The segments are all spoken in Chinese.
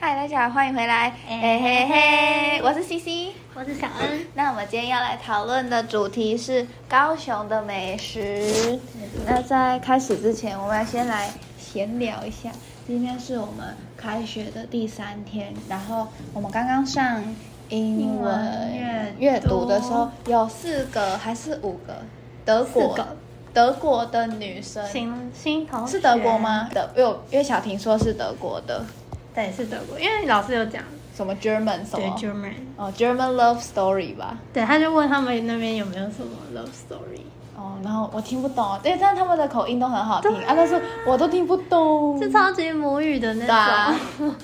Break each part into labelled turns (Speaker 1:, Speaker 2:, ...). Speaker 1: 大家好，欢迎回来，
Speaker 2: 哎
Speaker 1: 嘿嘿嘿，我是 CC。
Speaker 2: 我是小恩，
Speaker 1: 那我们今天要来讨论的主题是高雄的美食。那在开始之前，我们要先来闲聊一下。今天是我们开学的第三天，然后我们刚刚上英
Speaker 2: 英
Speaker 1: 文
Speaker 2: 文阅读
Speaker 1: 阅读的时候，有四个还是五个德国
Speaker 2: 四个
Speaker 1: 德国的女生。
Speaker 2: 新新同学
Speaker 1: 是德国？吗？德，因为我因为小婷说是德国的，
Speaker 2: 对，是德国，因为老师有讲
Speaker 1: 什么 German 什
Speaker 2: 对
Speaker 1: 么
Speaker 2: German，
Speaker 1: 哦 German love story 吧。
Speaker 2: 对，他就问他们那边有没有什么 love story，
Speaker 1: 哦，然后我听不懂，对，但是他们的口音都很好听啊，但是我都听不懂。
Speaker 2: 是超级母语的
Speaker 1: 对
Speaker 2: 那
Speaker 1: 啊
Speaker 2: 种，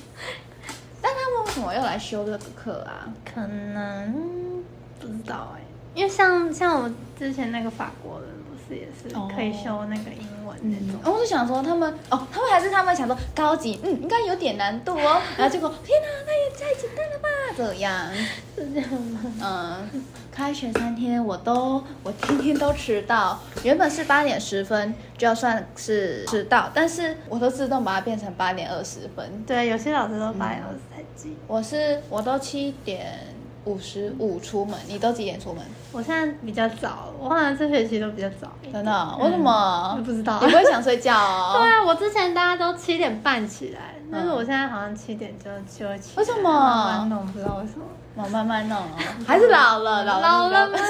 Speaker 1: 但他们为什么要来修这个课啊？
Speaker 2: 可能 不知道哎、因为像像我之前那个法国人不是也是
Speaker 1: 哦
Speaker 2: 可以修那个英文那
Speaker 1: 嗯
Speaker 2: 种，，
Speaker 1: 我就想说他们哦，他们还是他们想说高级，嗯，应该有点难度 哦。然后结果天哪，那也太简单了吧？这样，
Speaker 2: 是这样吗？
Speaker 1: 嗯，开学三天我都我天天都迟到，原本是八点十分就算是迟到，但是我都自动把它变成八点二十分。
Speaker 2: 对，有些老师都八点二十才记，
Speaker 1: 我是我都七点五十五出门，你都几点出门？
Speaker 2: 我现在比较早，我好像这学期都比较早一点，
Speaker 1: 真的哦？为什么？
Speaker 2: 不知道
Speaker 1: 你不会想睡觉哦？
Speaker 2: 对
Speaker 1: 嗯
Speaker 2: 啊，我之前大家都七点半起来，但是我现在好像七点就就会起来。
Speaker 1: 为什么
Speaker 2: 慢慢弄，不知道为什么。
Speaker 1: 我慢慢弄哦。还是老了，老了
Speaker 2: 嗯老了吗
Speaker 1: 你知道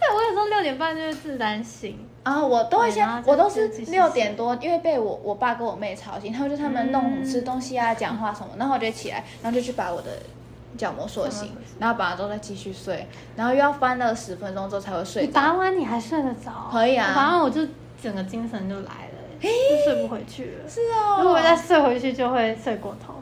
Speaker 2: 对，我有时候六点半就会自然醒。
Speaker 1: 啊，我都会
Speaker 2: 对
Speaker 1: 先
Speaker 2: 然后，就
Speaker 1: 我都是
Speaker 2: 就继续
Speaker 1: 六点多，因为被我我爸跟我妹吵醒，他们就他们弄吃东西啊、讲话什么，然后我就起来，然后就去把我的角膜塑
Speaker 2: 角
Speaker 1: 形
Speaker 2: 膜塑形，
Speaker 1: 然后把它都再继续睡，然后又要翻了十分钟之后才会睡
Speaker 2: 你
Speaker 1: 着。
Speaker 2: 拔完你还睡得着？
Speaker 1: 可以啊
Speaker 2: 我拔完我就整个精神就来了，就睡不回去了。
Speaker 1: 是哦，
Speaker 2: 如果再睡回去就会睡过头，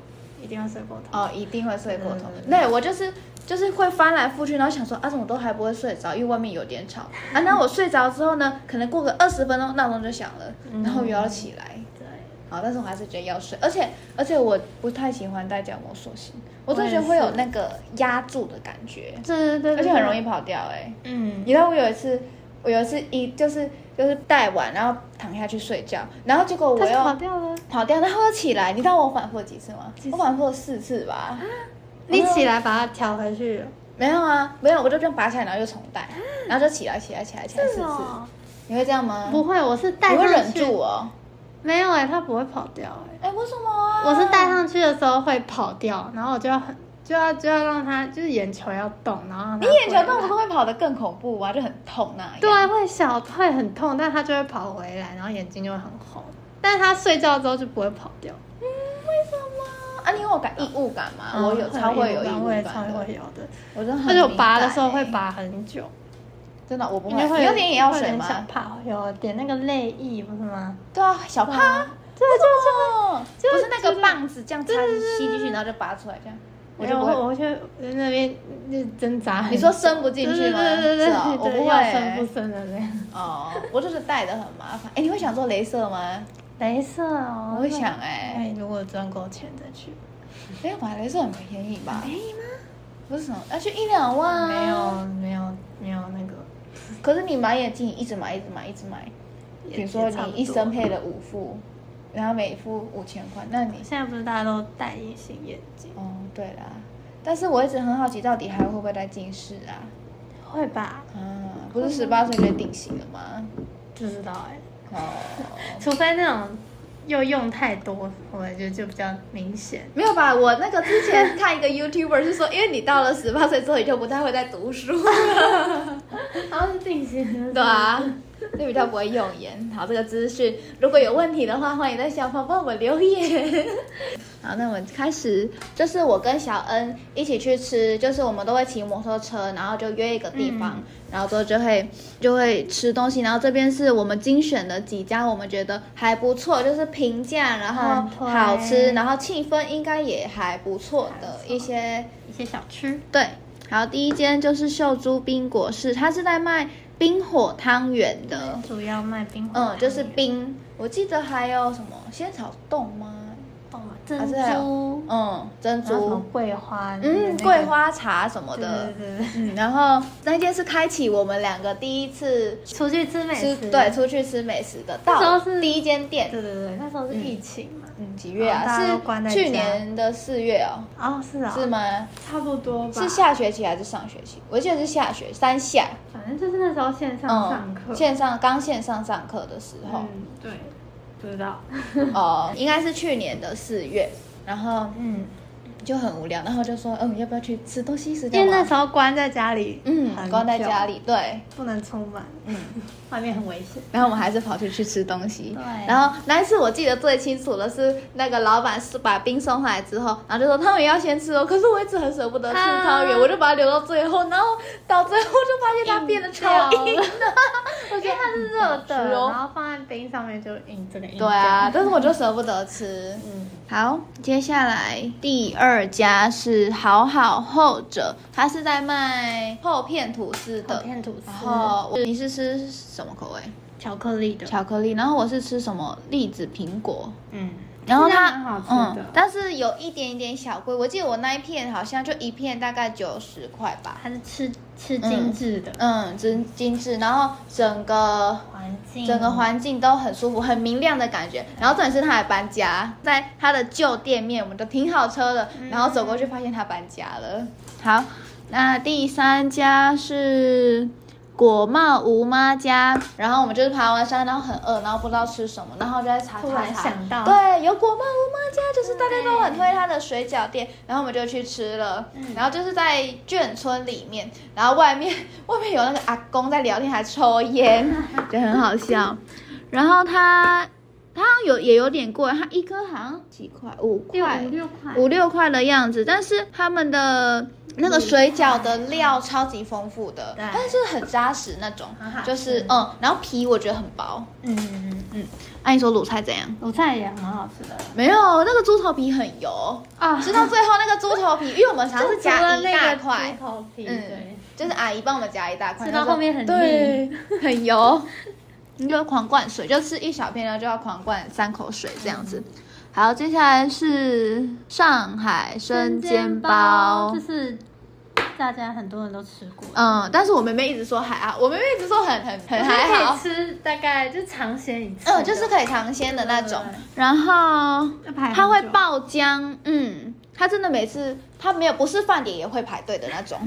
Speaker 2: 一定会睡过头。
Speaker 1: 哦，一定会睡过头的
Speaker 2: 嗯。
Speaker 1: 对我就是就是会翻来覆去，然后想说啊，怎么都还不会睡着，因为外面有点吵啊。那我睡着之后呢，可能过个二十分钟，闹钟就响了，
Speaker 2: 嗯
Speaker 1: 然后又要起来。
Speaker 2: 对，
Speaker 1: 好，但是我还是觉得要睡，而且而且我不太喜欢戴角膜塑形，我
Speaker 2: 我
Speaker 1: 真的
Speaker 2: 也
Speaker 1: 觉得会有
Speaker 2: 是
Speaker 1: 那个压住的感觉，
Speaker 2: 对对对，
Speaker 1: 而且很容
Speaker 2: 易。
Speaker 1: 易跑掉、哎，
Speaker 2: 嗯，
Speaker 1: 你知道我有一次，我有一次一就是就是戴完，然后躺下去睡觉，然后结果我
Speaker 2: 它
Speaker 1: 又
Speaker 2: 就跑掉了。
Speaker 1: 跑掉，然后又起来。你知道我反复了几次吗？
Speaker 2: 几次
Speaker 1: 我反复了四次吧。
Speaker 2: 你起来把它调回去。
Speaker 1: 没有啊，没有，我就这样拔起来，然后又重戴，然后就起来，起来，起来，起来四次。
Speaker 2: 哦，
Speaker 1: 你会这样吗？
Speaker 2: 不，会，我是戴
Speaker 1: 你
Speaker 2: 上
Speaker 1: 会
Speaker 2: 去。
Speaker 1: 忍住哦。
Speaker 2: 没有哎、它不会跑掉哎、
Speaker 1: 哎，为什么啊？
Speaker 2: 我是戴上去的时候会跑掉，然后我就要很就要就要让它就是眼球要动，然后让它
Speaker 1: 你眼球
Speaker 2: 回
Speaker 1: 动
Speaker 2: 来
Speaker 1: 不会跑得更恐怖啊，就很痛那样。
Speaker 2: 对啊，会小会很痛，但它就会跑回来，然后眼睛就会很红。但是它睡觉之后就不会跑掉，
Speaker 1: 为什么啊？你有感异物感吗？
Speaker 2: 然后
Speaker 1: 啊我有，超会有异物
Speaker 2: 我也
Speaker 1: 感
Speaker 2: 超
Speaker 1: 的。
Speaker 2: 会有的。
Speaker 1: 我真的很。欸
Speaker 2: 而且我拔的时候会，拔很久，
Speaker 1: 真的我不
Speaker 2: 你
Speaker 1: 会。
Speaker 2: 就会
Speaker 1: 你有点眼药水
Speaker 2: 会有点想
Speaker 1: 吗？
Speaker 2: 怕，有点那个泪液不是吗？
Speaker 1: 对啊，小帕。
Speaker 2: 对
Speaker 1: 对
Speaker 2: 就
Speaker 1: 不
Speaker 2: 是
Speaker 1: 是那个棒子这样插进吸进去，然后就拔出来这样。我就不
Speaker 2: 没有
Speaker 1: 会。
Speaker 2: 我我就在那边那挣扎很久。
Speaker 1: 你说伸不进去吗？
Speaker 2: 对对对
Speaker 1: 是
Speaker 2: 对
Speaker 1: 啊
Speaker 2: 对，
Speaker 1: 我不
Speaker 2: 对
Speaker 1: 会
Speaker 2: 要
Speaker 1: 欸。
Speaker 2: 伸不伸的那样。
Speaker 1: 哦，我就是戴的很麻烦。哎，你会想做镭射吗？
Speaker 2: 镭射哦，
Speaker 1: 我会想哎、
Speaker 2: 哎，如果赚够钱再去。
Speaker 1: 没有吧，镭射很便宜吧？
Speaker 2: 宜吗？
Speaker 1: 不是什么，要去一两万、
Speaker 2: 哎没有。没有没有那个，
Speaker 1: 可是你买眼镜，一直买，一直买，一直买。
Speaker 2: 也
Speaker 1: 比如说
Speaker 2: 也差不
Speaker 1: 你
Speaker 2: 多
Speaker 1: 一生配了五副，然后每副五千块，那你
Speaker 2: 现在不是大家都戴隐形眼镜？
Speaker 1: 哦，对啦。但是我一直很好奇，到底还会不会戴近视啊？
Speaker 2: 会吧？
Speaker 1: 啊，不是十八岁就定型了吗？
Speaker 2: 不知道哎，
Speaker 1: 哦，
Speaker 2: 除非那种又用太多，我觉得就比较明显。
Speaker 1: 没有吧？我那个之前看一个 YouTuber 是说，因为你到了十八岁之后，你就不太会再读书
Speaker 2: 然啊后是定型
Speaker 1: 对，啊， 就比较不会用眼。好，这个资讯如果有问题的话，欢迎在下方帮我们留言。好，那我们开始，就是我跟小恩一起去吃，就是我们都会骑摩托车，然后就约一个地方，
Speaker 2: 嗯
Speaker 1: 然后之后就会就会吃东西，然后这边是我们精选的几家我们觉得还不错，就是平价，然
Speaker 2: 很
Speaker 1: 后
Speaker 2: 推
Speaker 1: 好吃，然后气氛应该也还不错的一些
Speaker 2: 一些小吃，
Speaker 1: 对，好，第一间就是秀珠冰果室，它是在卖冰火汤圆的，
Speaker 2: 主要卖冰火
Speaker 1: 嗯，
Speaker 2: 汤
Speaker 1: 就是
Speaker 2: 圆
Speaker 1: 冰。我记得还有什么仙草冻吗？
Speaker 2: 哦
Speaker 1: 还
Speaker 2: 珍
Speaker 1: 是还有
Speaker 2: 珠，
Speaker 1: 啊嗯，珍
Speaker 2: 然后什么
Speaker 1: 珠，
Speaker 2: 桂
Speaker 1: 嗯，
Speaker 2: 花，啊那个
Speaker 1: 桂，花茶什么
Speaker 2: 对
Speaker 1: 的
Speaker 2: 对。对对，
Speaker 1: 嗯，然后那间是开启我们两个第一次
Speaker 2: 出去吃美
Speaker 1: 吃
Speaker 2: 食，
Speaker 1: 对出去吃美食的，
Speaker 2: 那时候
Speaker 1: 到
Speaker 2: 是
Speaker 1: 第一间店，
Speaker 2: 对对对，那时候是疫情嘛，
Speaker 1: 嗯几月
Speaker 2: 哦大家
Speaker 1: 啊
Speaker 2: 都？关
Speaker 1: 是
Speaker 2: 在
Speaker 1: 去
Speaker 2: 家
Speaker 1: 年的四月哦，
Speaker 2: 哦，是啊、
Speaker 1: 是吗？
Speaker 2: 差不多吧。
Speaker 1: 是，下学期还是上学期？我记得是下学三下，
Speaker 2: 反正就是那时候线上上
Speaker 1: 嗯
Speaker 2: 课。，
Speaker 1: 线上刚线上上课的时候，
Speaker 2: 嗯，对，不知道。
Speaker 1: 哦，应该是去年的四月，然后
Speaker 2: 嗯，
Speaker 1: 就很无聊，然后就说，嗯，要不要去吃东西？是这
Speaker 2: 因
Speaker 1: 样
Speaker 2: 为
Speaker 1: 吗
Speaker 2: 那时候关在家里，
Speaker 1: 嗯，关在家，里，对，
Speaker 2: 不能出门，
Speaker 1: 嗯，
Speaker 2: 外面很危险。
Speaker 1: 然后我们还是跑出去吃东西。
Speaker 2: 对
Speaker 1: 然后那一次我记得最清楚的是，那个老板是把冰送上来之后，然后就说汤圆要先吃哦，可是我一直很舍不得吃
Speaker 2: 啊
Speaker 1: 汤圆，我就把它留到最后，然后到最后就发现它变得超硬
Speaker 2: 硬
Speaker 1: 的， 我觉得它是
Speaker 2: 热的，
Speaker 1: 哦
Speaker 2: 然后放在冰上面就硬，真的硬。
Speaker 1: 对啊，，但是我就舍不得吃。
Speaker 2: 嗯，
Speaker 1: 好，接下来第二家是好好后者，它是在卖厚片吐司
Speaker 2: 厚
Speaker 1: 的。
Speaker 2: 片吐
Speaker 1: 然
Speaker 2: 司，
Speaker 1: 后我你是吃什么口味？
Speaker 2: 巧克力的，
Speaker 1: 巧克力。然后我是吃什么栗子苹果。
Speaker 2: 嗯，
Speaker 1: 然后
Speaker 2: 这个蛮
Speaker 1: 它
Speaker 2: 好吃的
Speaker 1: 嗯，但是有一点一点小贵。我记得我那一片好像就一片大概九十块吧。
Speaker 2: 它是吃吃精致的
Speaker 1: 嗯，真精致。然后整个
Speaker 2: 环境，
Speaker 1: 整个环境都很舒服，很明亮的感觉。然后重点是他还搬家，在他的旧店面，我们都停好车了，然后走过去发现他搬家了。嗯好，那第三家是。果贸吴妈家，然后我们就是爬完山，然后很饿，然后不知道吃什么，然后就在查
Speaker 2: 突
Speaker 1: 查
Speaker 2: 然
Speaker 1: 查，
Speaker 2: 想到
Speaker 1: 对，哎有果贸吴妈家，就是大家都很推他的水饺店，然后我们就去吃了，然后就是在眷村里面，然后外面外面有那个阿公在聊天，还抽烟，就很好笑。然后它它好像有也有点贵，它一颗好像几块，五
Speaker 2: 六
Speaker 1: 块
Speaker 2: 五。六块，
Speaker 1: 五六块的样子，但是他们的那个水饺的料超级丰富的，
Speaker 2: 对
Speaker 1: 但是很扎实那种
Speaker 2: 很好，吃
Speaker 1: 就是嗯，然后皮我觉得很薄。
Speaker 2: 嗯嗯嗯，
Speaker 1: 按、你说卤菜怎样？
Speaker 2: 卤菜也很好吃的
Speaker 1: 没有，那个猪头皮很油，
Speaker 2: 啊
Speaker 1: 吃到最后那个猪头皮，因为我们常常是夹一大块，
Speaker 2: 头皮，
Speaker 1: 嗯
Speaker 2: 对，，
Speaker 1: 就是阿姨帮我们夹一大块，
Speaker 2: 吃到
Speaker 1: 她说
Speaker 2: 后面很腻
Speaker 1: 对，很油， 你就狂灌水，就吃一小片，然后就要狂灌三口水这样子。好，接下来是上海生煎包
Speaker 2: 这。是大家很多人都吃过，
Speaker 1: 嗯，但是我妹妹一直说还好，我妹妹一直说很很很还
Speaker 2: 我觉得
Speaker 1: 好
Speaker 2: 可，以吃大概就尝鲜一次的，
Speaker 1: 嗯，就是可以尝鲜的那种
Speaker 2: 对对对。
Speaker 1: 然后
Speaker 2: 要排很久
Speaker 1: 它会爆浆，嗯，它真的每次它没有不是饭点也会排队的那 种。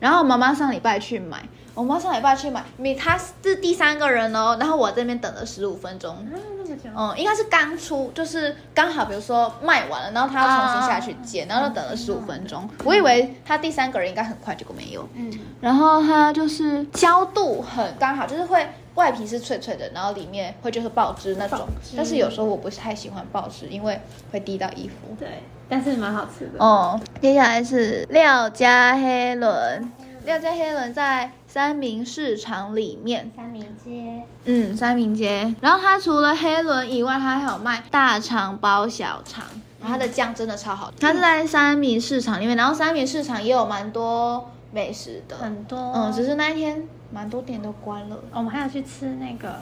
Speaker 1: 然后我妈妈上礼拜去买，我妈上礼拜去买，你她是第三个人哦，然后我这边等了十五分钟，
Speaker 2: 嗯那么久，
Speaker 1: 嗯，应该是刚出，就是刚好，比如说卖完了，然后他要重新下
Speaker 2: 哦
Speaker 1: 去煎，然后就等
Speaker 2: 嗯
Speaker 1: 了十五分钟。我以为他第三个人应该很快，结果没有。
Speaker 2: 嗯，
Speaker 1: 然后它就是焦度很刚好，就是会外皮是脆脆的，然后里面会就是爆汁那种
Speaker 2: 爆汁。
Speaker 1: 但是有时候我不是太喜欢爆汁，因为会滴到衣服。
Speaker 2: 对，但是蛮好吃的，
Speaker 1: 哦，接下来是廖家黑轮，廖家黑轮在三明市场里面，
Speaker 2: 三明街，
Speaker 1: 嗯，三明街。然后它除了黑轮以外，它还有卖大肠包小肠。然后它的酱真的超好，它是在三明市场里面，然后三明市场也有蛮多美食的，
Speaker 2: 很多，哦
Speaker 1: 嗯，只是那一天蛮多店都关了。哦
Speaker 2: 我们还有去吃那个，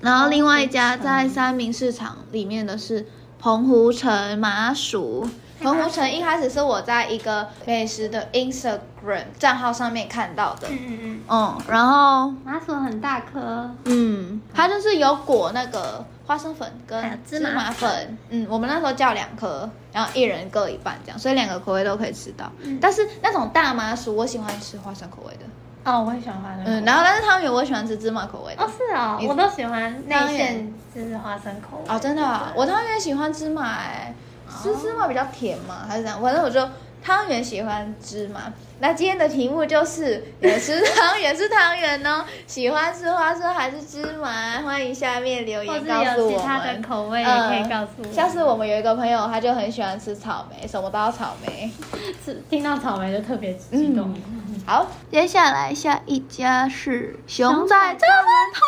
Speaker 1: 然后另外一家在三明市场里面的是澎湖城麻薯。澎湖城一开始是我在一个美食的 Instagram 账号上面看到的，
Speaker 2: 嗯嗯
Speaker 1: 嗯，然后
Speaker 2: 嗯，麻薯很大颗，
Speaker 1: 嗯，它就是有裹那个花生粉
Speaker 2: 还有
Speaker 1: 跟啊芝
Speaker 2: 芝麻
Speaker 1: 麻粉，嗯，我们那时候叫两颗，然后一人各一半这样，所以两个口味都可以吃到。但是那种大麻薯，我喜欢吃花生口味的，
Speaker 2: 哦，我很喜欢那个，
Speaker 1: 嗯，然后但是汤圆我喜欢吃芝麻口味的。
Speaker 2: 哦，是哦，
Speaker 1: 你
Speaker 2: 我都喜欢内
Speaker 1: 当然
Speaker 2: 馅就是花生口味
Speaker 1: 哦，真的、啊，
Speaker 2: 对
Speaker 1: 我汤圆喜欢芝麻、欸，是芝麻比较甜嘛，还是怎样？反正我就汤圆喜欢芝麻。那今天的题目就是，也吃汤圆是汤圆哦， 喜欢吃花生还是芝麻？欢迎下面留
Speaker 2: 或
Speaker 1: 言
Speaker 2: 是
Speaker 1: 告诉
Speaker 2: 有
Speaker 1: 我
Speaker 2: 其他的
Speaker 1: 们。
Speaker 2: 口味也
Speaker 1: 嗯
Speaker 2: 可以告诉我，
Speaker 1: 下次我们有一个朋友，他就很喜欢吃草莓，什么都要草莓。
Speaker 2: 吃听到草莓就特别
Speaker 1: 嗯
Speaker 2: 激动，
Speaker 1: 好，接下来下一家是熊仔这门头。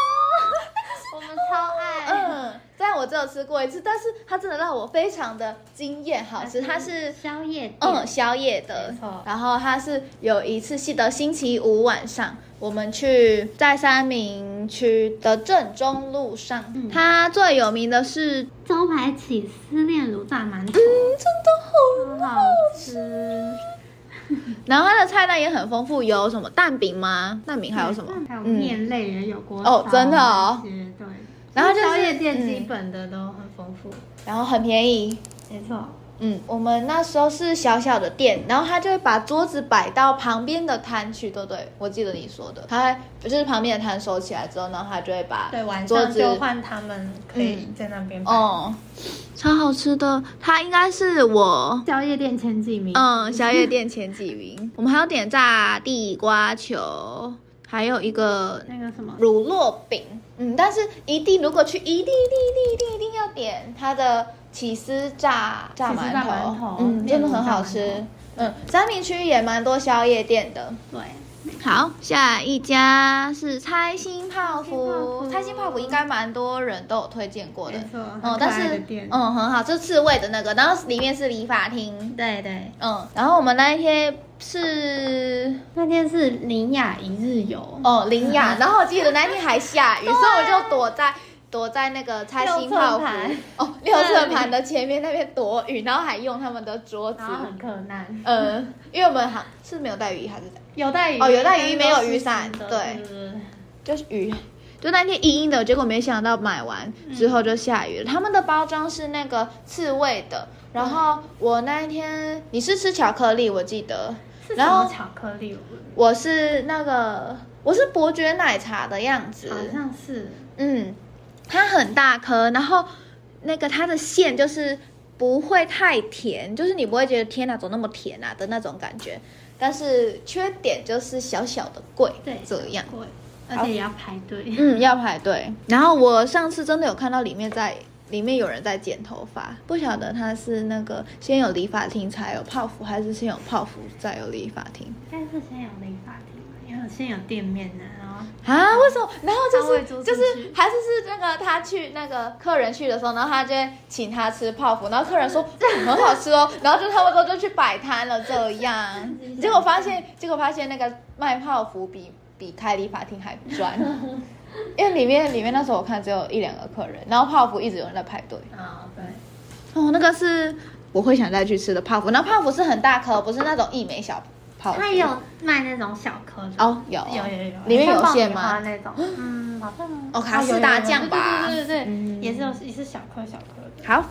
Speaker 2: 我们超爱。
Speaker 1: 嗯，虽然我只有吃过一次，但是它真的让我非常的惊艳，好吃。它是
Speaker 2: 宵夜店，
Speaker 1: 嗯，宵夜的
Speaker 2: 没错。
Speaker 1: 然后他是有一次记得星期五晚上，我们去在三明区的正中路上，
Speaker 2: 嗯
Speaker 1: 它最有名的是，嗯，
Speaker 2: 招牌起司炼乳大馒头，
Speaker 1: 真的
Speaker 2: 很
Speaker 1: 好。
Speaker 2: 嗯好吃。
Speaker 1: 然后它的菜单也很丰富，有什
Speaker 2: 嗯
Speaker 1: 么蛋饼吗？蛋饼还有什么？嗯
Speaker 2: 还有面类也有锅烧
Speaker 1: 哦真的哦
Speaker 2: 那些对，
Speaker 1: 然后就是
Speaker 2: 宵夜店基
Speaker 1: 嗯
Speaker 2: 本的都很丰富，
Speaker 1: 然后很便宜。
Speaker 2: 没错。
Speaker 1: 嗯，我们那时候是小小的店，然后他就会把桌子摆到旁边的摊去，对不对？我记得你说的，他就是旁边的摊收起来之后，然后他就会把
Speaker 2: 对，晚
Speaker 1: 桌
Speaker 2: 上
Speaker 1: 子
Speaker 2: 就换他们可以在那边摆。
Speaker 1: 哦，超好吃的，它应该是我
Speaker 2: 宵夜店前几名，
Speaker 1: 嗯宵夜店前几 名。我们还有点炸地瓜球，还有一个
Speaker 2: 那个什么，
Speaker 1: 乳酪饼，嗯，但是一定如果去一定一定一定一定一定要点它的起司炸炸
Speaker 2: 起司
Speaker 1: 馒
Speaker 2: 炸
Speaker 1: 头，
Speaker 2: 馒头
Speaker 1: 嗯，真的很好
Speaker 2: 面
Speaker 1: 吃
Speaker 2: 包。
Speaker 1: 嗯，三明区也蛮多宵夜店的。
Speaker 2: 对，
Speaker 1: 好，下一家是猜心泡芙，猜
Speaker 2: 猜
Speaker 1: 心
Speaker 2: 心泡芙
Speaker 1: 泡芙应该蛮多人都有推荐过的
Speaker 2: 没，错，
Speaker 1: 嗯
Speaker 2: 很，可
Speaker 1: 但
Speaker 2: 爱的
Speaker 1: 是
Speaker 2: 店，
Speaker 1: 嗯很好，就刺猬的那个，然后里面是理发厅，
Speaker 2: 对对，
Speaker 1: 嗯，然后我们那一天是
Speaker 2: 那天是林雅一日游，
Speaker 1: 哦，林 雅，然后我记得那天还下雨，所以我就躲在躲在那个猜心泡芙
Speaker 2: 六寸盘
Speaker 1: 哦六寸盘的前面那边躲雨，然后还用他们的桌子
Speaker 2: 然，后很困难，
Speaker 1: 嗯，因为我们好是没有带雨衣还是怎样
Speaker 2: 哦有带雨
Speaker 1: 哦有带雨
Speaker 2: 但
Speaker 1: 衣
Speaker 2: 是
Speaker 1: 没有雨
Speaker 2: 都是
Speaker 1: 伞
Speaker 2: 湿的
Speaker 1: 对
Speaker 2: 对对
Speaker 1: 就是雨。就那天阴阴的，结果没想到买完之后就下
Speaker 2: 嗯
Speaker 1: 雨了。他们的包装是那个刺猬的，然后我那一天你是吃巧克力，我记得，
Speaker 2: 是什
Speaker 1: 然
Speaker 2: 么
Speaker 1: 后
Speaker 2: 巧克力味？
Speaker 1: 我是那个我是伯爵奶茶的样子，
Speaker 2: 好像是，
Speaker 1: 嗯，它很大颗，然后那个它的馅就是不会太甜，就是你不会觉得天哪，怎么那么甜啊的那种感觉。但是缺点就是小小的贵，
Speaker 2: 对，
Speaker 1: 这样。
Speaker 2: 贵，而且也要排队。
Speaker 1: 嗯，要排队。然后我上次真的有看到里面在里面有人在剪头发，不晓得他是那个先有理发厅才有泡芙，还是先有泡芙再有理发厅
Speaker 2: 应该是先有理发厅吧，因为先有店面呢、然后
Speaker 1: 啊？为什么？然后
Speaker 2: 他会
Speaker 1: 就
Speaker 2: 租
Speaker 1: 是就
Speaker 2: 出去
Speaker 1: 是还是是那个他去那个客人去的时候，然后他就会请他吃泡芙，然后客人 说嗯很好吃哦，然后就差不多就去摆摊了这 样。结果发现结果发现那个卖泡芙比比开理发厅还 赚。因为里面里面那时候我看只有一两个客人，然后泡芙一直有人在排队。
Speaker 2: 啊、对，
Speaker 1: 哦，那个是我会想再去吃的泡芙，那泡芙是很大颗，不是那种一枚小泡芙。
Speaker 2: 他也有卖那种小颗的
Speaker 1: 哦有
Speaker 2: 有有有，
Speaker 1: 里面有
Speaker 2: 像爆米
Speaker 1: 馅吗
Speaker 2: 花那种， 嗯，好像
Speaker 1: 哦卡
Speaker 2: 啊
Speaker 1: 士
Speaker 2: 有有
Speaker 1: 达
Speaker 2: 有
Speaker 1: 酱吧
Speaker 2: 对对对对对
Speaker 1: 嗯
Speaker 2: 也是有也是小颗小颗的，
Speaker 1: 好，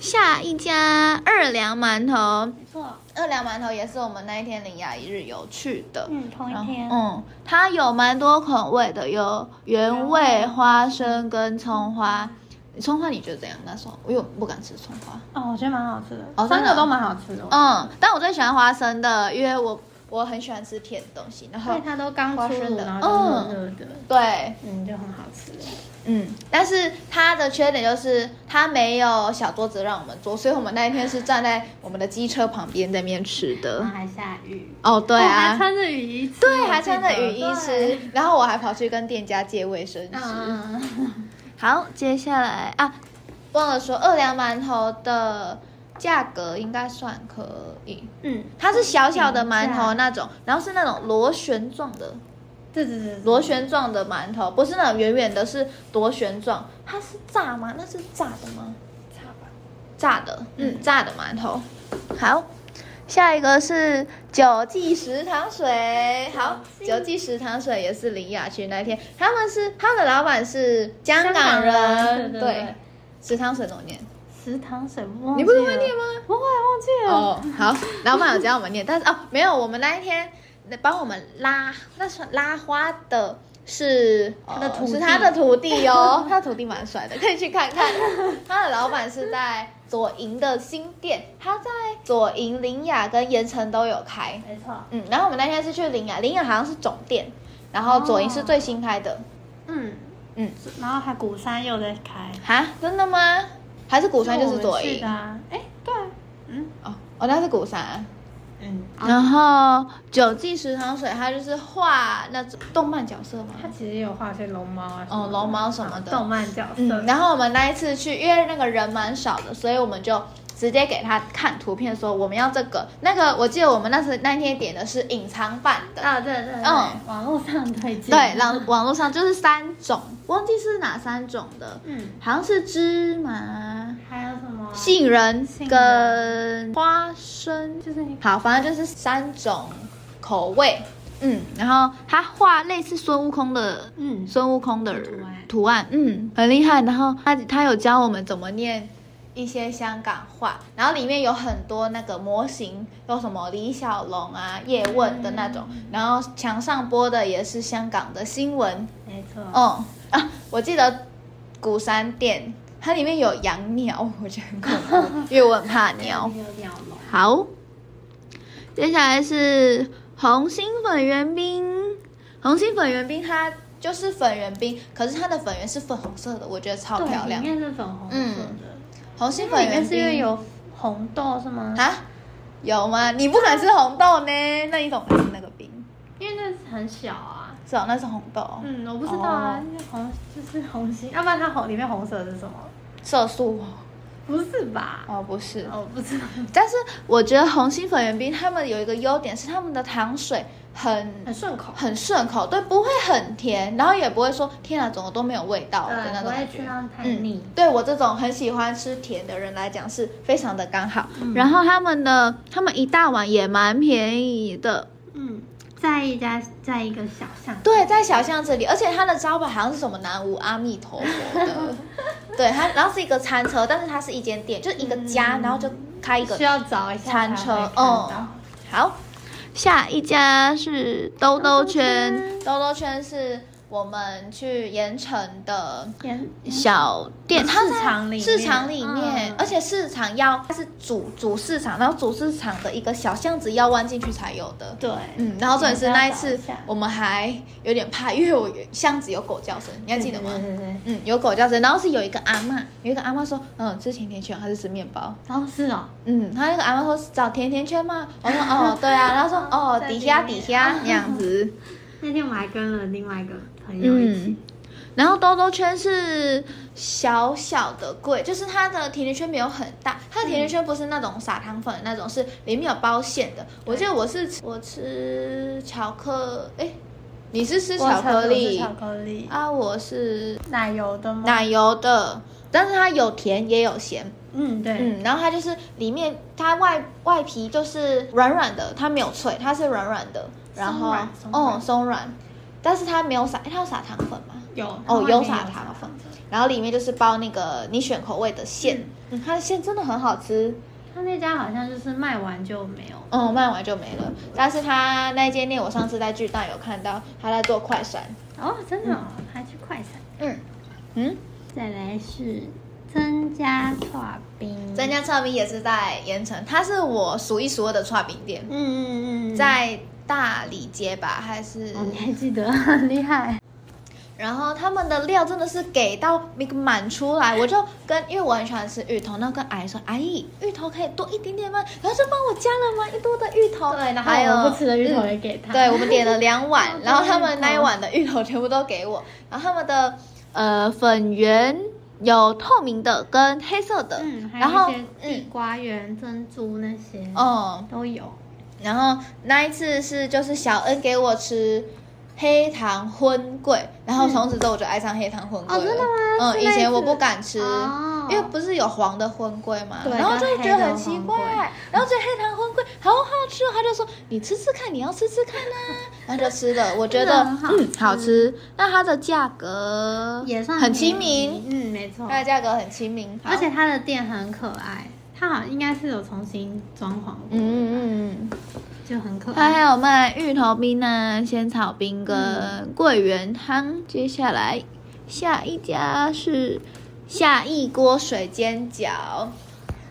Speaker 1: 下一家二良馒头，
Speaker 2: 没错，
Speaker 1: 二良馒头也是我们那一天林雅一日有去的。
Speaker 2: 嗯，同
Speaker 1: 然
Speaker 2: 一
Speaker 1: 后
Speaker 2: 天，
Speaker 1: 嗯，它有蛮多口味的，有原味、花生跟葱花。葱花你觉得怎样？那时候因为我不敢吃葱花。
Speaker 2: 哦，我觉得蛮好吃的，
Speaker 1: 哦真
Speaker 2: 三
Speaker 1: 的
Speaker 2: 个都蛮好吃的，哦，
Speaker 1: 嗯，但我最喜欢花生的，因为我我很喜欢吃甜的东西。然
Speaker 2: 因
Speaker 1: 后
Speaker 2: 为它都刚
Speaker 1: 花
Speaker 2: 出
Speaker 1: 生
Speaker 2: 炉，
Speaker 1: 的
Speaker 2: 然后就热嗯热的，
Speaker 1: 对，
Speaker 2: 嗯，就很好吃了，
Speaker 1: 嗯，但是它的缺点就是它没有小桌子让我们坐，所以我们那一天是站在我们的机车旁边在那边吃的
Speaker 2: 然后。还下雨，
Speaker 1: 哦，对
Speaker 2: 嗯哦还
Speaker 1: 啊，
Speaker 2: 穿着雨衣吃，
Speaker 1: 对，
Speaker 2: 我
Speaker 1: 还
Speaker 2: 记
Speaker 1: 穿着
Speaker 2: 得
Speaker 1: 雨衣
Speaker 2: 对
Speaker 1: 吃，然后我还跑去跟店家借卫生纸。
Speaker 2: 嗯，
Speaker 1: 好，接下来啊，忘了说二两馒头的价格应该算可以，
Speaker 2: 嗯，
Speaker 1: 它是小小的馒头
Speaker 2: 嗯
Speaker 1: 那种，然后是那种螺旋状的，
Speaker 2: 对对对，
Speaker 1: 螺旋状的馒头，不是那种圆圆的，是螺旋状。它是炸吗？那是炸的吗？
Speaker 2: 差吧，
Speaker 1: 炸的，嗯，炸的馒头。好，下一个是九记食堂水。好，九
Speaker 2: 九
Speaker 1: 记食堂水也是林雅去那天，他们是他们的老板是香港
Speaker 2: 港
Speaker 1: 人，
Speaker 2: 人对对对
Speaker 1: 食堂水怎么念？
Speaker 2: 食堂水我忘
Speaker 1: 你不是
Speaker 2: 记
Speaker 1: 会
Speaker 2: 了
Speaker 1: 念吗？
Speaker 2: 不会，忘记了。
Speaker 1: 哦，好，老板有教我们念，但是哦，没有，我们那一天那帮我们拉，那算拉花的是
Speaker 2: 他的
Speaker 1: 呃
Speaker 2: 徒弟
Speaker 1: 是他的徒弟 哦，他的徒弟蛮帅的，可以去看看。他的老板是在左营的新店，他在左营、林雅跟盐城都有开。
Speaker 2: 没错，
Speaker 1: 嗯，然后我们那天是去林雅，林雅好像是总店，然后左营是最新开的。
Speaker 2: 嗯
Speaker 1: 嗯，
Speaker 2: 然后还鼓山又在开，
Speaker 1: 哈，真的吗？还是鼓山就是
Speaker 2: 啊我
Speaker 1: 左
Speaker 2: 们去
Speaker 1: 营
Speaker 2: 的？啊，哎，对啊，嗯
Speaker 1: 哦，哦，那是鼓山啊、
Speaker 2: 嗯，
Speaker 1: 然后九记食堂水，它就是画那种动漫角色嘛。
Speaker 2: 它其实也有画一些龙猫啊什么的，
Speaker 1: 哦龙猫什么的
Speaker 2: 动漫角色，
Speaker 1: 嗯，然后我们那一次去，因为那个人蛮少的，所以我们就直接给他看图片，说我们要这个那个。我记得我们那时那天点的是隐藏版的，
Speaker 2: 啊，对对，对
Speaker 1: 嗯，
Speaker 2: 网络上推荐，
Speaker 1: 对，然后网络上就是三种，忘记是哪三种的，
Speaker 2: 嗯，
Speaker 1: 好像是芝麻、
Speaker 2: 还有什么
Speaker 1: 杏仁
Speaker 2: 杏仁
Speaker 1: 跟花生，
Speaker 2: 就是你
Speaker 1: 好，反正就是三种口味。嗯，然后他画类似孙悟空的
Speaker 2: 嗯
Speaker 1: 孙悟空的
Speaker 2: 图案
Speaker 1: 图案，嗯，很厉害。然后他他有教我们怎么念一些香港话，然后里面有很多那个模型，有什么李小龙啊、叶问的那种，
Speaker 2: 嗯
Speaker 1: 然后墙上播的也是香港的新闻，
Speaker 2: 没错。
Speaker 1: 嗯啊，我记得鼓山店它里面有养鸟，我觉得很恐怖，因为我很怕鸟。
Speaker 2: 有鸟笼，
Speaker 1: 好，接下来是红心粉圆冰。红心粉圆冰它就是粉圆冰，可是它的粉圆是粉红色的，我觉得超漂
Speaker 2: 对，里
Speaker 1: 亮。
Speaker 2: 面是粉红色的，
Speaker 1: 红心
Speaker 2: 它
Speaker 1: 粉
Speaker 2: 里
Speaker 1: 圆
Speaker 2: 面是因为
Speaker 1: 冰
Speaker 2: 有红豆是吗？
Speaker 1: 啊？有吗？你不敢吃红豆呢？那你怎么吃那个冰？
Speaker 2: 因为那是很小啊。
Speaker 1: 是哦，那是红豆，
Speaker 2: 嗯，我不知道啊，那红就是红心，要不然它红里面红色的是什么？
Speaker 1: 色素哦
Speaker 2: 不是吧？
Speaker 1: 哦，不是。
Speaker 2: 哦，不知道。
Speaker 1: 但是我觉得红心粉圆冰他们有一个优点是他们的糖水很
Speaker 2: 很顺口，
Speaker 1: 很顺口，对，不会很甜，然后也不会说天啊，怎么都没有味道的那
Speaker 2: 对，不
Speaker 1: 种
Speaker 2: 会
Speaker 1: 感
Speaker 2: 吃
Speaker 1: 觉。
Speaker 2: 到太
Speaker 1: 嗯
Speaker 2: 腻。，
Speaker 1: 对我这种很喜欢吃甜的人来讲是非常的刚好。然后他们的他们一大碗也蛮便宜的，
Speaker 2: 嗯，在一家，在一个小巷，
Speaker 1: 对，在小巷子里，而且它的招牌好像是什么南无阿弥陀佛 的，对，它然后是一个餐车，但是它是一间店，就是一个家，
Speaker 2: 嗯
Speaker 1: 然后就开一个
Speaker 2: 需要找一下
Speaker 1: 餐
Speaker 2: 才
Speaker 1: 车
Speaker 2: 会看
Speaker 1: 嗯
Speaker 2: 到
Speaker 1: 好，下一家是兜兜
Speaker 2: 兜兜
Speaker 1: 圈，兜兜圈是我们去盐城的
Speaker 2: 盐
Speaker 1: 小店，它在
Speaker 2: 市场里面
Speaker 1: 市场里面，
Speaker 2: 嗯
Speaker 1: 而且市场要它是主主市场，然后主市场的一个小巷子要弯进去才有的。
Speaker 2: 对，
Speaker 1: 嗯，然后重点是那一
Speaker 2: 要
Speaker 1: 次
Speaker 2: 找一下
Speaker 1: 我们还有点怕，因为我巷子有狗叫声，你还记得吗？
Speaker 2: 对对对对。
Speaker 1: 嗯，有狗叫声，然后是有一个阿嬷，有一个阿嬷说，嗯，之前甜圈还是吃面包，
Speaker 2: 然后是哦，
Speaker 1: 嗯，他那个阿妈说找甜甜圈 吗？我说哦，对啊，然后说哦，
Speaker 2: 在
Speaker 1: 底
Speaker 2: 里
Speaker 1: 下
Speaker 2: 面
Speaker 1: 底下那样 子，
Speaker 2: 那天我还跟了另外一个朋友一起
Speaker 1: 嗯，。然后兜兜圈是小小的柜，就是它的甜甜圈没有很大，它的甜甜圈不是那种撒糖粉的那种，是里面有包馅的。我记得我是吃我吃巧克，哎，你是吃巧克力
Speaker 2: 我巧克力，
Speaker 1: 啊？我是
Speaker 2: 奶油的吗？
Speaker 1: 奶油的，但是它有甜也有咸，
Speaker 2: 嗯，对，
Speaker 1: 嗯，然后它就是里面它外外皮就是软软的，它没有脆，它是软软的，然后
Speaker 2: 松软松
Speaker 1: 哦
Speaker 2: 软
Speaker 1: 松软，但是它没有撒，诶它有撒糖粉吗？
Speaker 2: 有
Speaker 1: 哦
Speaker 2: 它外面
Speaker 1: 有
Speaker 2: 有
Speaker 1: 撒糖粉，然后里面就是包那个你选口味的馅，嗯，它的馅真的很好吃，
Speaker 2: 他那家好像就是卖完就没有，
Speaker 1: 嗯，卖完就没了。但是它那间店我上次在巨蛋有看到他在做快闪，
Speaker 2: 哦，真的、哦，还去快闪。
Speaker 1: 嗯嗯，
Speaker 2: 再来是增加刨冰，
Speaker 1: 咱家串冰也是在盐城，它是我数一数二的串冰店，
Speaker 2: 嗯嗯嗯，
Speaker 1: 在大理街吧还是？
Speaker 2: 哦，你还记得， 很厉害，
Speaker 1: 然后他们的料真的是给到那个满出来，我就跟因为我很喜欢吃芋头，那跟阿姨说，阿姨芋头可以多一点点吗？然后就帮我加了蛮多的芋头，
Speaker 2: 对，然后
Speaker 1: 还有
Speaker 2: 哦我不吃的芋头
Speaker 1: 嗯
Speaker 2: 也给他，
Speaker 1: 对，我们点了两碗，然后他
Speaker 2: 芋
Speaker 1: 们
Speaker 2: 头
Speaker 1: 那一碗的芋头全部都给我，然后他们的呃粉圆有透明的跟黑色的，
Speaker 2: 嗯，还
Speaker 1: 然后
Speaker 2: 有一些地瓜圆、珍珠那些，
Speaker 1: 哦、
Speaker 2: 都有，
Speaker 1: 然后那一次是就是小恩给我吃黑糖荤桂，然后从此之后我就爱上黑糖荤桂了。
Speaker 2: 哦真的吗
Speaker 1: 嗯，
Speaker 2: 是
Speaker 1: 以
Speaker 2: 那一
Speaker 1: 前我
Speaker 2: 次
Speaker 1: 不敢吃，
Speaker 2: 哦
Speaker 1: 因为不是有黄的荤桂嘛，
Speaker 2: 对
Speaker 1: 然后就会
Speaker 2: 跟
Speaker 1: 觉得
Speaker 2: 黑的
Speaker 1: 很奇怪
Speaker 2: 黄桂，
Speaker 1: 然后觉得黑糖荤桂好好吃哦，他就说你吃吃看，你要吃吃看呐、然后就吃了，我觉
Speaker 2: 真
Speaker 1: 得
Speaker 2: 的很好吃
Speaker 1: 嗯好吃。那它的价格
Speaker 2: 也算
Speaker 1: 很亲
Speaker 2: 便宜
Speaker 1: 民，，
Speaker 2: 嗯，没错，
Speaker 1: 它的价格很亲民，好
Speaker 2: 而且它的店很可爱，它好像应该是有重新装潢过，
Speaker 1: 嗯嗯嗯。
Speaker 2: 就很 可
Speaker 1: 它
Speaker 2: 爱。
Speaker 1: 还有卖芋头冰啊、仙草冰跟桂圆汤。接下来下一家是下一锅水煎饺，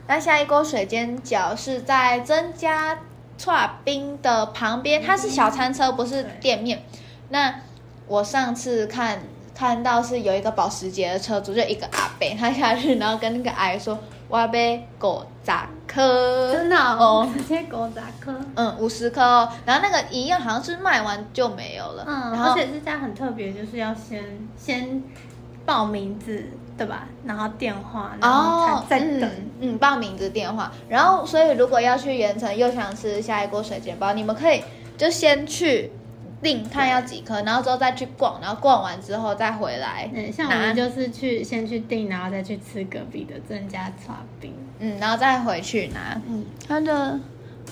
Speaker 1: 那下一锅水煎饺是在增加串冰的旁边，它是小餐车，不是
Speaker 2: 对
Speaker 1: 店面。那我上次看看到是有一个保时捷的车主，就一个阿伯，他下去然后跟那个阿姨说：“我要杯狗杂克。”
Speaker 2: 真的
Speaker 1: 哦
Speaker 2: 哦，直接狗杂科，
Speaker 1: 嗯，五十颗哦，然后那个一样好像是卖完就没有了，
Speaker 2: 嗯，
Speaker 1: 然
Speaker 2: 而
Speaker 1: 后哦
Speaker 2: 且这家很特别，就是要先先报名字，对吧？然后电话，然后
Speaker 1: 哦，
Speaker 2: 才再等。
Speaker 1: 嗯嗯，报名字电话，然后所以如果要去盐城又想吃下一锅水煎包，你们可以就先去订看要几颗，然后之后再去逛，然后逛完之后再回来，
Speaker 2: 嗯，像我
Speaker 1: 拿
Speaker 2: 们就是去先去订，然后再去吃隔壁的郑家炒冰。
Speaker 1: 嗯，然后再回去拿。
Speaker 2: 嗯，
Speaker 1: 它的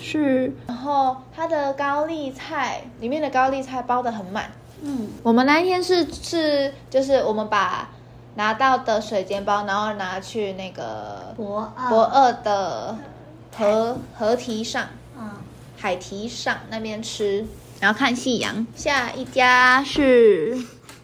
Speaker 1: 是，然后它的高丽菜里面的高丽菜包的很满，
Speaker 2: 嗯，
Speaker 1: 我们那一天是是就是我们把拿到的水煎包，然后拿去那个
Speaker 3: 博二，
Speaker 1: 博，二的河河堤上、
Speaker 3: 嗯，
Speaker 1: 海堤上那边吃，然后看夕阳。下一家是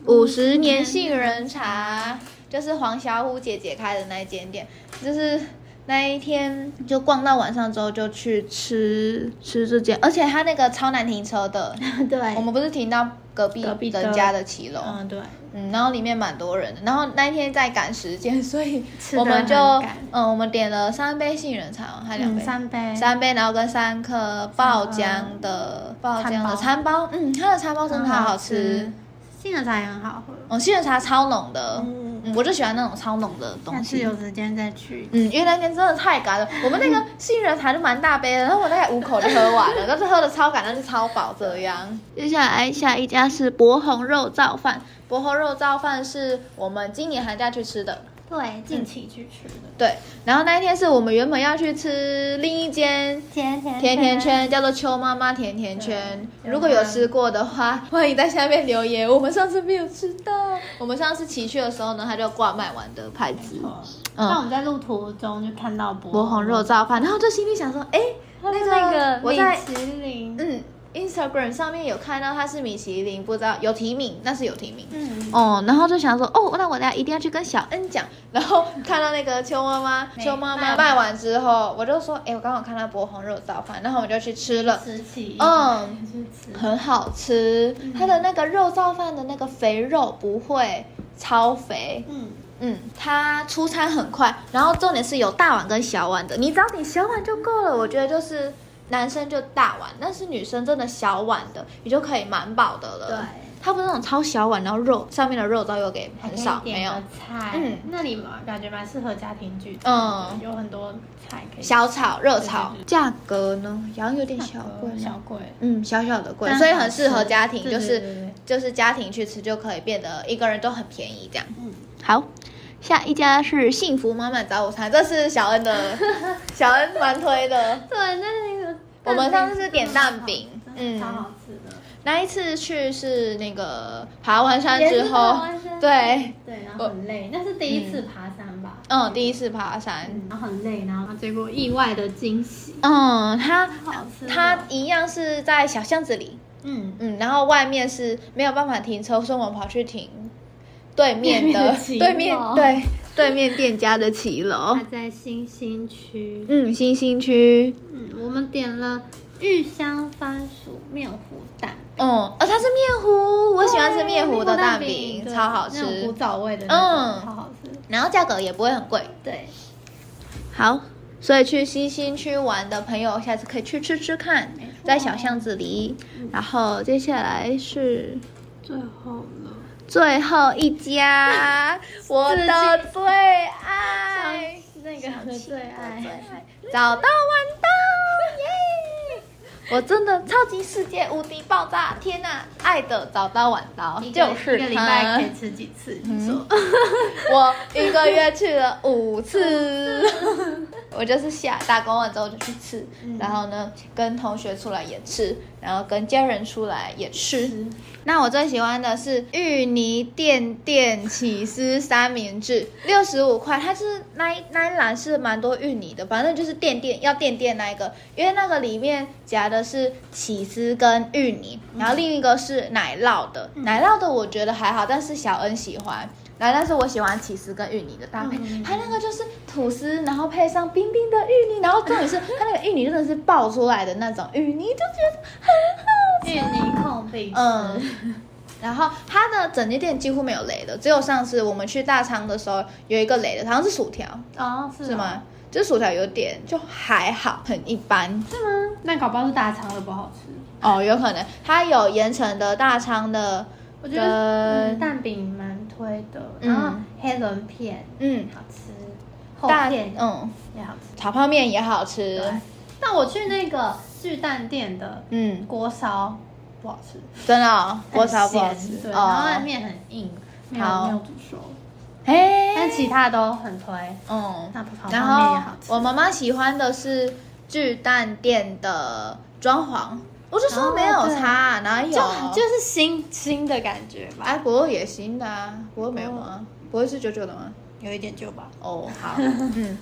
Speaker 1: 五十年杏仁茶，就是黄小虎姐姐开的那一间店，就是。那一天就逛到晚上之后，就去吃吃这间，而且它那个超难停车的，
Speaker 3: 对，
Speaker 1: 我们不是停到隔壁
Speaker 2: 隔壁的
Speaker 1: 人家的骑楼，
Speaker 2: 嗯，对，
Speaker 1: 嗯嗯，然后里面蛮多人的，然后那一天在赶时间， 所以
Speaker 2: 吃得
Speaker 1: 我们
Speaker 2: 很
Speaker 1: 就
Speaker 2: 赶
Speaker 1: 嗯，我们点了三杯杏仁茶哦，还两
Speaker 2: 嗯，
Speaker 1: 杯、
Speaker 2: 三杯，
Speaker 1: 三杯，然后跟三颗爆浆的爆浆的餐
Speaker 2: 嗯餐
Speaker 1: 包，嗯，它的餐包真的好好吃，，
Speaker 2: 杏仁茶也很好喝，
Speaker 1: 嗯，杏仁茶超浓的，
Speaker 2: 嗯
Speaker 1: 嗯，我就喜欢那种超浓的
Speaker 2: 下
Speaker 1: 东
Speaker 2: 次
Speaker 1: 西
Speaker 2: 有。时间再去。
Speaker 1: 嗯，因为那天真的太赶了，我们那个杏仁茶就蛮大杯的，然后我大概五口就喝完了，但是喝的超赶，但是超饱这样。接下来下一家是博红肉燥饭，博红肉燥饭是我们今年寒假去吃的，
Speaker 3: 对，近
Speaker 2: 近
Speaker 3: 期
Speaker 2: 期去吃的，
Speaker 1: 对。然后那一天是我们原本要去吃另一间
Speaker 3: 甜甜
Speaker 1: 甜甜，圈，叫做邱妈妈甜甜圈。
Speaker 2: 嗯
Speaker 1: 如果有吃过的话，欢迎在下面留言。我们上次没有吃到，我们上次骑去的时候呢，它就挂卖完的牌子。嗯
Speaker 2: 但我们在路途中就看到博
Speaker 1: 博红肉，燥饭，然后就心里想说，哎、
Speaker 2: 那
Speaker 1: 个
Speaker 2: 那个
Speaker 1: 嗯我
Speaker 2: 米
Speaker 1: 在
Speaker 2: 其林，
Speaker 1: 嗯，Instagram 上面有看到它是米其林，不知道有提名，但是有提名。
Speaker 2: 嗯，
Speaker 1: 哦，然后就想说，哦，那我等下一定要去跟小恩讲。 然后看到那个邱妈妈，
Speaker 2: 没
Speaker 1: 邱妈妈
Speaker 2: 卖
Speaker 1: 卖完之后，我就说，哎，我刚好看到博红肉燥饭，然后我就去吃了，
Speaker 2: 吃起，
Speaker 1: 嗯
Speaker 2: 去吃，
Speaker 1: 很好吃。
Speaker 2: 嗯
Speaker 1: 它的那个肉燥饭的那个肥肉不会超肥，
Speaker 2: 嗯，
Speaker 1: 嗯，它出餐很快，然后重点是有大碗跟小碗的，你只要点小碗就够了。我觉得就是男生就大碗，但是女生真的小碗的，你就可以蛮饱的了。
Speaker 2: 对，
Speaker 1: 它不是那种超小碗，然后肉上面的肉都有给很少，
Speaker 2: 还可以
Speaker 1: 没
Speaker 2: 点
Speaker 1: 有
Speaker 2: 个菜，
Speaker 1: 嗯
Speaker 2: 那里嘛感觉蛮适合家庭聚餐的，
Speaker 1: 嗯
Speaker 2: 有很多菜可以，
Speaker 1: 小炒、热炒
Speaker 2: 对对，对
Speaker 1: 价格呢好像有点小贵
Speaker 2: 呃
Speaker 1: 嘛，
Speaker 2: 小贵，
Speaker 1: 嗯，小小的贵，
Speaker 2: 但
Speaker 1: 所以很
Speaker 2: 好
Speaker 1: 适合
Speaker 2: 吃
Speaker 1: 家庭，
Speaker 2: 对
Speaker 1: 就
Speaker 2: 对
Speaker 1: 是
Speaker 2: 对对
Speaker 1: 就是家庭去吃就可以变得一个人都很便宜这样。
Speaker 2: 嗯，
Speaker 1: 好，下一家是幸福妈妈早午餐，这是小恩 的，小恩蛮推的。
Speaker 2: 对，那那个
Speaker 1: 我们上次是点蛋饼
Speaker 2: 蛋
Speaker 1: 嗯
Speaker 2: 饼真的超好吃的，
Speaker 1: 那一次去是那个爬完山
Speaker 2: 也
Speaker 1: 之
Speaker 2: 是
Speaker 1: 后
Speaker 2: 爬完，山
Speaker 1: 对，
Speaker 2: 对，然后很累，那是第一次爬山吧？
Speaker 1: 嗯，第一次爬山，
Speaker 2: 嗯，然后很累，然后结果意外的惊喜，
Speaker 1: 嗯，它
Speaker 2: 好吃哦
Speaker 1: 它一样是在小巷子里，
Speaker 2: 嗯，
Speaker 1: 嗯，然后外面是没有办法停车，所以我们跑去停对面的对
Speaker 2: 对
Speaker 1: 面
Speaker 2: 面的骑楼嗯
Speaker 1: 对对面店家的骑楼
Speaker 2: 它，在新兴区，
Speaker 1: 嗯，新兴区，
Speaker 2: 嗯，我们点了芋香番薯面糊蛋。
Speaker 1: 嗯，哦，它是面糊，我喜欢吃
Speaker 2: 对
Speaker 1: 面糊的
Speaker 2: 蛋
Speaker 1: 饼，
Speaker 2: 对
Speaker 1: 超好
Speaker 2: 那种
Speaker 1: 吃
Speaker 2: 古，早味的那
Speaker 1: 嗯
Speaker 2: 种，超好吃。
Speaker 1: 然后价格也不会很贵。
Speaker 2: 对，
Speaker 1: 好，所以去新兴区玩的朋友，下次可以去吃吃看
Speaker 2: 没错，
Speaker 1: 在小巷子里。然后接下来是
Speaker 2: 最后了，
Speaker 1: 最后一家， 我的最爱。
Speaker 2: 那个最爱，
Speaker 1: 找到玩到，耶！我真的超级世界无敌爆炸，天呐！爱的找到晚到
Speaker 2: 一个
Speaker 1: 就是嗯
Speaker 2: 一个礼
Speaker 1: 它
Speaker 2: 拜可以吃几次？你说，
Speaker 1: 我一个月去了五 次，我就是下打工完之后就去吃，
Speaker 2: 嗯
Speaker 1: 然后呢跟同学出来也吃，然后跟家人出来也吃。那我最喜欢的是芋泥店店起司三明治，六十五块，它是那一那一栏是蛮多芋泥的，反正就是店店要店店那一个，因为那个里面夹的是起司跟芋泥，然后另一个是奶酪的，奶酪的我觉得还好，但是小恩喜欢。来，但是我喜欢起司跟芋泥的搭配，
Speaker 2: 嗯
Speaker 1: 它那个就是吐司，然后配上冰冰的芋泥，然后重点是它那个芋泥真的是爆出来的那种芋泥，就觉得很好
Speaker 2: 芋泥控饼，
Speaker 1: 嗯，然后它的整间店几乎没有雷的，只有上次我们去大昌的时候有一个雷的，好像是薯条，
Speaker 2: 哦，是
Speaker 1: 是
Speaker 2: 哦？
Speaker 1: 吗？就是薯条有点就还好，很一 般
Speaker 2: 是吗？那搞不好是大肠的不好吃。
Speaker 1: 哦，有可能它有盐城的大昌的，
Speaker 2: 我觉得、
Speaker 1: 跟
Speaker 2: 嗯、蛋饼蛮推的，
Speaker 1: 呃嗯
Speaker 2: 然后黑轮片
Speaker 1: 嗯，
Speaker 2: 好吃，厚
Speaker 1: 大
Speaker 2: 片
Speaker 1: 嗯
Speaker 2: 也好吃。
Speaker 1: 炒泡面也好吃，
Speaker 2: 对，但我去那个巨蛋店的
Speaker 1: 嗯，
Speaker 2: 锅烧不好吃，
Speaker 1: 真的哦锅烧不好
Speaker 2: 很
Speaker 1: 吃
Speaker 2: 咸对，然后它
Speaker 1: 哦，
Speaker 2: 面很硬，没有
Speaker 1: 好
Speaker 2: 没有煮熟，但
Speaker 1: 哎，
Speaker 2: 其他都很推。
Speaker 1: 嗯，
Speaker 2: 那泡泡
Speaker 1: 然
Speaker 2: 面也
Speaker 1: 后
Speaker 2: 好吃，
Speaker 1: 我妈妈喜欢的是巨蛋店的装潢，我就说没有差，哪有？
Speaker 2: 哦就就是新新的感觉吧，哦
Speaker 1: 哎，国二也行的啊，国二没有吗？国二是九九的吗？
Speaker 2: 有一点旧吧。
Speaker 1: 哦， 好，嗯，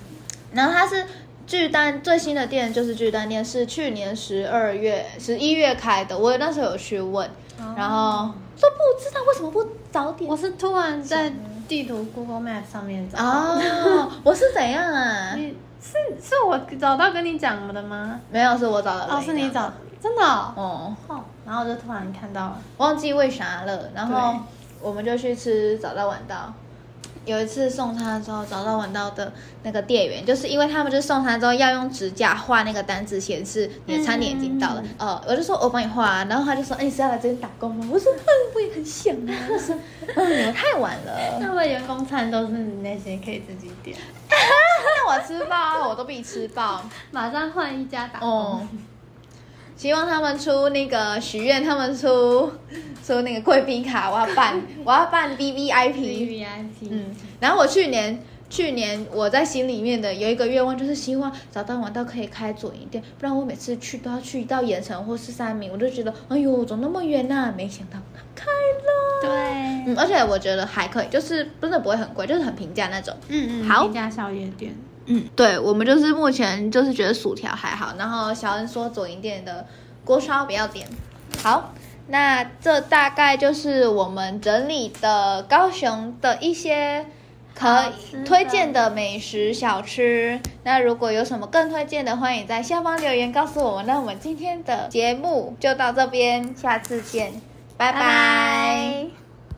Speaker 1: 然后它是巨蛋最新的店，就是巨蛋店是去年十二月、十一月开的，我那时候有去问，
Speaker 2: 哦
Speaker 1: 然后说不知道为什么不早点
Speaker 2: 我是突然在地图 Google Map 上面找到的，
Speaker 1: 哦，我是怎样啊？
Speaker 2: 你是是我找到跟你讲的吗？
Speaker 1: 没有，是我找的人，
Speaker 2: 哦，是你找，真的哦。
Speaker 1: 哦，
Speaker 2: 哦，然后我就突然看到了，
Speaker 1: 忘记为啥了，然后
Speaker 2: 对
Speaker 1: 我们就去吃早到晚到。有一次送餐的时候，早到晚到的那个店员，就是因为他们就是送餐之后要用指甲画那个单子显示你的餐点已经到了。哦，我就说我帮你画、啊，然后他就说：“哎、你是要来这边打工吗？”我说：“嗯，我也很想啊。”我说：“嗯，你们太晚了。
Speaker 2: 那我员工餐都是那些可以自己点，”
Speaker 1: 那我吃爆啊，我都必吃爆。
Speaker 2: 马上换一家打工。
Speaker 1: 哦，希望他们出那个许愿，他们出出那个贵宾卡，我要办，我要办 V V I P。
Speaker 2: VIP，
Speaker 1: 嗯，然后我去年去年我在心里面的有一个愿望，就是希望早到晚到可以开左营店，不然我每次去都要去到盐城或是三明，我就觉得哎呦，怎么那么远呐、没想到它开了。
Speaker 2: 对，
Speaker 1: 嗯，而且我觉得还可以，就是真的不会很贵，就是很平价那种。
Speaker 2: 嗯
Speaker 1: 好
Speaker 2: 一家宵夜店，
Speaker 1: 嗯，对，我们就是目前就是觉得薯条还好，然后小恩说左营店的锅烧不要点。好，那这大概就是我们整理的高雄的一些可
Speaker 2: 好
Speaker 1: 以
Speaker 2: 吃的
Speaker 1: 推荐的美食小吃。那如果有什么更推荐的，欢迎在下方留言告诉我们。那我们今天的节目就到这边，下次见，拜拜